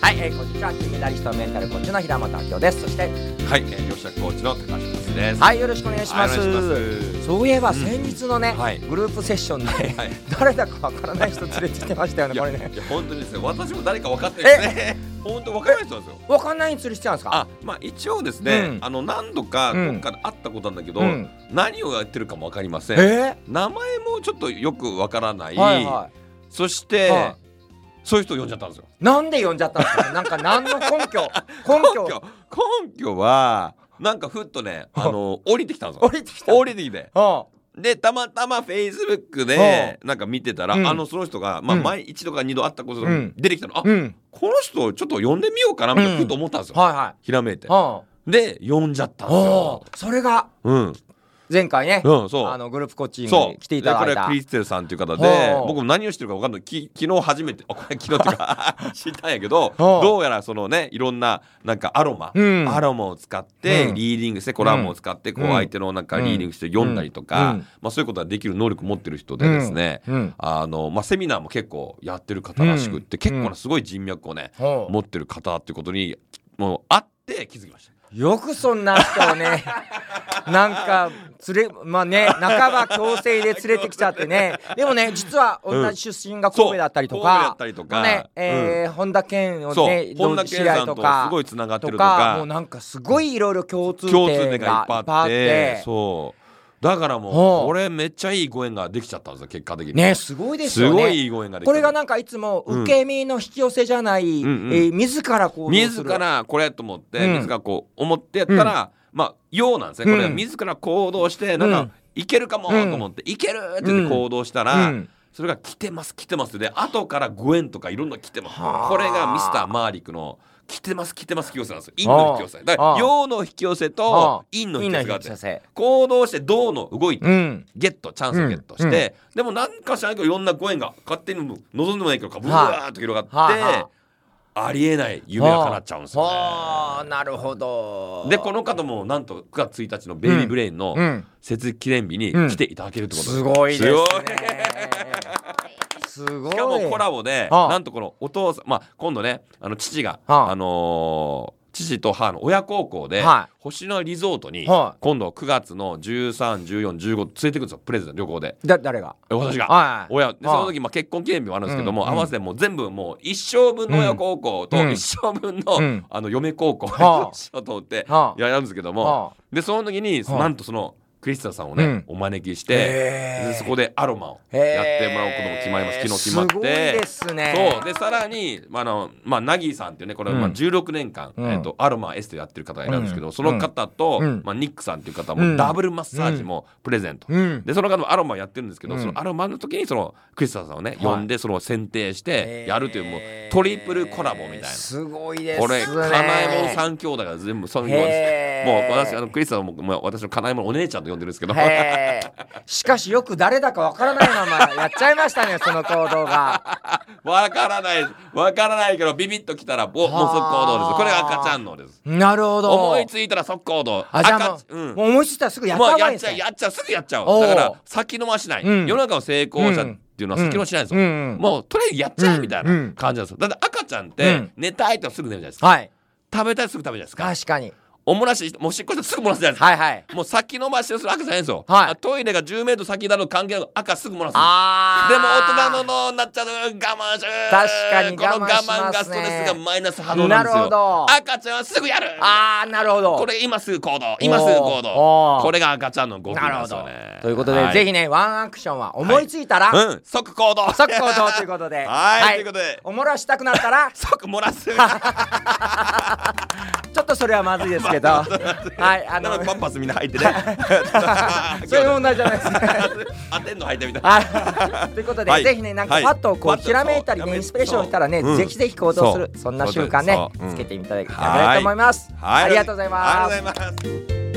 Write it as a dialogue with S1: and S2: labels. S1: はい、えー、こんにちは金メダリストメンタルコーチの平本明夫ですそして
S2: はい、えー、吉田コーチの高橋です。はい
S1: はいよろしくお願いします,、
S2: お願いします
S1: そういえば
S2: ん
S1: 先日のね、
S2: はい
S1: グループセッションで、
S2: はい
S1: 誰だかわからない人連れてきてましたよ
S2: い
S1: ねこ
S2: や
S1: れね
S2: いや本当にですね、私も誰か分かってないですね。 本当分からない人なんですよ。
S1: わかんないに連れてきたんですか
S2: あ、まあ一応ですね、
S1: うん
S2: あの何度か
S1: うん
S2: どっかで会ったことなんだけど、
S1: うん
S2: 何をやってるかも分かりませ
S1: え
S2: ん。
S1: ー
S2: 名前もちょっとよく分からない。
S1: はいは
S2: そして、
S1: は
S2: そういう人を呼んじゃったんですよ。
S1: いなんで呼んじゃったんですかなんか何の根拠根
S2: 根
S1: 拠
S2: 拠根拠はなんかふっとね、あの降りてきたんです
S1: 降
S2: よ。
S1: りてきた
S2: 降りてきて。
S1: あ
S2: でたまたまフェイスブックでなんか見てたら、
S1: うん
S2: あのその人が、まあ、
S1: うん
S2: 前一度か二度会ったこと
S1: う
S2: が
S1: ん
S2: 出てきたの、あ
S1: うん
S2: この人ちょっと呼んでみようかなみたいな
S1: うん
S2: ふと思ったんですよ、
S1: はいは
S2: ひらめいて
S1: いあ
S2: で呼んじゃったんです
S1: お
S2: よ
S1: ーそれが
S2: うん、うん、
S1: 前回ね、
S2: そう
S1: あのグループコーチング
S2: そ
S1: に
S2: う
S1: 来ていただい
S2: でこれ
S1: た
S2: クリステルさんっていう方で
S1: ほう
S2: 僕も何をしてるか分かんないき昨日初めてあこれ昨日ってい うか知ったんやけど
S1: ほう
S2: どうやらそのねいろんななんかアロマ、
S1: うん
S2: アロマを使って
S1: うん
S2: リーディングして、コラムを使ってこう
S1: うん
S2: 相手のなんかリーディングして読んだりとか、
S1: うんうん
S2: まあ、そういうことができる能力を持ってる人でですね、
S1: うんうん
S2: あのまあ、セミナーも結構やってる方らしくっ
S1: う
S2: て、
S1: ん
S2: 結構
S1: うん
S2: なすごい人脈をね、
S1: ほう
S2: 持ってる方っていうことにもう会って気づきました。
S1: よくそんな人を ねなんか連れまあね半ば強制で連れてきちゃってねでもね実は同じ出身が神戸だったりと
S2: そう神戸だ
S1: か
S2: ったりとか
S1: ねえー本田健を
S2: そう
S1: ね
S2: 本田
S1: 知
S2: 健
S1: り合
S2: さ
S1: い
S2: んと
S1: と
S2: す
S1: か
S2: ごいつながってる
S1: と
S2: と
S1: かも
S2: か
S1: うなんかすごいいろいろ共通
S2: 共通
S1: 点
S2: 点が
S1: が
S2: いっぱい
S1: いっぱいあ
S2: あっ
S1: ってて
S2: そうだからも
S1: ほ
S2: う
S1: う
S2: これめっちゃいいご縁ができちゃったんですよ結果的に
S1: ねすごいです
S2: す
S1: よ
S2: ごいい
S1: ね
S2: いご縁ができた
S1: これがなんかいつも
S2: うん
S1: 受け身の引き寄せじゃない、
S2: うんうん
S1: えー自らこう
S2: 自らこれと思って、
S1: うん
S2: 自らこう思ってやったら、まあようなんですねこれ、
S1: うん
S2: 自ら行動してなんか、
S1: うん
S2: いけるかもと思って、いけるって言って行動したら、
S1: うん
S2: それが来てます来てますで後からご縁とかいろんなの来てます
S1: はあ
S2: これがミスターマーリックの来てます来てます引き寄せなんですよ陰の引き寄せだか
S1: あ
S2: ら
S1: あ
S2: 陽の引き寄せ
S1: あ
S2: と
S1: あ
S2: 陰の引き寄せがあって
S1: 陰の引き寄せ
S2: 行動して動の動いて
S1: うん
S2: ゲットチャンスをゲットして、でもなんかしないけどいろんなご縁が勝手にも望んでもないけどブワーッと広がって、
S1: はいはい
S2: ありえない夢が叶っちゃうんですよ
S1: はあ
S2: ね。
S1: なるほど
S2: でこの方もなんと9月1日のベイビーブレインの
S1: うん
S2: 設立記念日に
S1: うん
S2: 来ていただけるってこと
S1: すごいですね
S2: すごい
S1: すごい
S2: しかもコラボで
S1: ああ
S2: なんとこのお父さんまあ今度ねあの父が
S1: ああ
S2: あのー父と母の親孝行で
S1: は
S2: 星野リゾートに
S1: は
S2: 今度9月の131415連れてくんですよプレゼント旅行で
S1: だ誰が
S2: え私が
S1: はい
S2: 親でそ
S1: はい
S2: の時まあ結婚記念日もあるんですけども、
S1: うん
S2: 合わせてもう全部もう一生分の親孝行と
S1: うん
S2: 一生分の、
S1: うん
S2: あの嫁孝行
S1: はあ
S2: をしようと思って
S1: はあ
S2: やるんですけども、
S1: は
S2: でその時に、
S1: はあ
S2: なんとそのクリスタさんをね、
S1: うん
S2: お招きし
S1: へ
S2: て、
S1: え
S2: でそこでアロマを
S1: へ
S2: やっ
S1: え
S2: てもらうことも決まります昨日決まっ
S1: すごい
S2: て。
S1: ですね
S2: そうでさらに、まああのまあ、ナギーさんっていうねこれ、
S1: うん
S2: まあ、16年間、
S1: うん
S2: えっとアロマエステやってる方がいるんですけど、その方と、
S1: うん
S2: まあ、ニックさんっていう方
S1: う
S2: も
S1: ん
S2: ダブルマッサージもプレゼント、
S1: うん
S2: でその方もアロマやってるんですけど、
S1: うん
S2: そのアロマの時にそのクリスタさんをね、
S1: い
S2: 呼んでその選定してやるというもうトリプルコラボみたいな、
S1: すごいですね
S2: これ金右衛門三兄弟が全部三兄弟
S1: へ
S2: ですも
S1: ー
S2: う私あのクリスタさんももう私の金右衛門のお姉ちゃんと呼んでるんですけど
S1: へえしかしよく誰だかわからない名前やっちゃいましたね その行動が
S2: わからないわからないけどビビッときたらぼもう
S1: はー
S2: 即行動ですこれが赤ちゃんのです
S1: なるほど
S2: 思いついたら即行動
S1: あじゃあも
S2: 赤ち
S1: う,、
S2: うん
S1: もう思いついたらすぐやった
S2: も
S1: 方
S2: う
S1: が
S2: や
S1: いいで
S2: っ
S1: す
S2: ちゃう
S1: ね
S2: やっちゃうすぐやっちゃう
S1: おー
S2: だから先延ばしない、
S1: うん
S2: 世の中の成功者っていうのは先延ばしないんですよ、
S1: うん
S2: もうとりあえずやっちゃえみたい
S1: うん
S2: な感じなんですよだって赤ちゃんっ
S1: う
S2: て
S1: ん
S2: 寝たいとすぐ寝るじゃないですか、
S1: はい
S2: 食べたいとすぐ食べるじゃないですか
S1: 確かに
S2: おもらしもうしっこしたらすぐ漏らすじゃないですか、
S1: はいはい
S2: もう先延ばしをする赤じゃないんですよ、
S1: はい
S2: トイレが1 0ル先だの関係なく赤すぐ漏らす
S1: あー
S2: でも大人の脳になっちゃう我慢し
S1: 確かに
S2: この
S1: 我慢しますね
S2: 我慢がストレスがマイナス波動なんですよ
S1: なるほど
S2: 赤ちゃんはすぐやる
S1: あーなるほど
S2: これ今すぐ行動今すぐ行
S1: お
S2: 動
S1: ー
S2: これが赤ちゃんの極意
S1: なる
S2: なん
S1: ほ
S2: ですよ
S1: ど
S2: ね
S1: ということで、
S2: は
S1: ぜひねワンアクションは思いついたら、
S2: うん即行動
S1: 即行動ということで
S2: はいということで
S1: おもらしたくなったら
S2: 即漏 らす
S1: ちょっとそれはまずいです けどはいあ
S2: あの
S1: の
S2: パンパスみんな入ってね
S1: そういう問題じゃないですね
S2: 当てんの入ってみた い
S1: はいということで、
S2: はい
S1: ぜひねなんか
S2: はい
S1: パッとこう、
S2: パッと
S1: ひらめいたり
S2: そう
S1: ねインスピレーションしたらね、
S2: うん
S1: ぜひぜひ行動する
S2: そう
S1: そんな習慣ね
S2: そうそううん
S1: つけていただきたいと思います、
S2: はい
S1: ありがとうございます
S2: ありがとうございます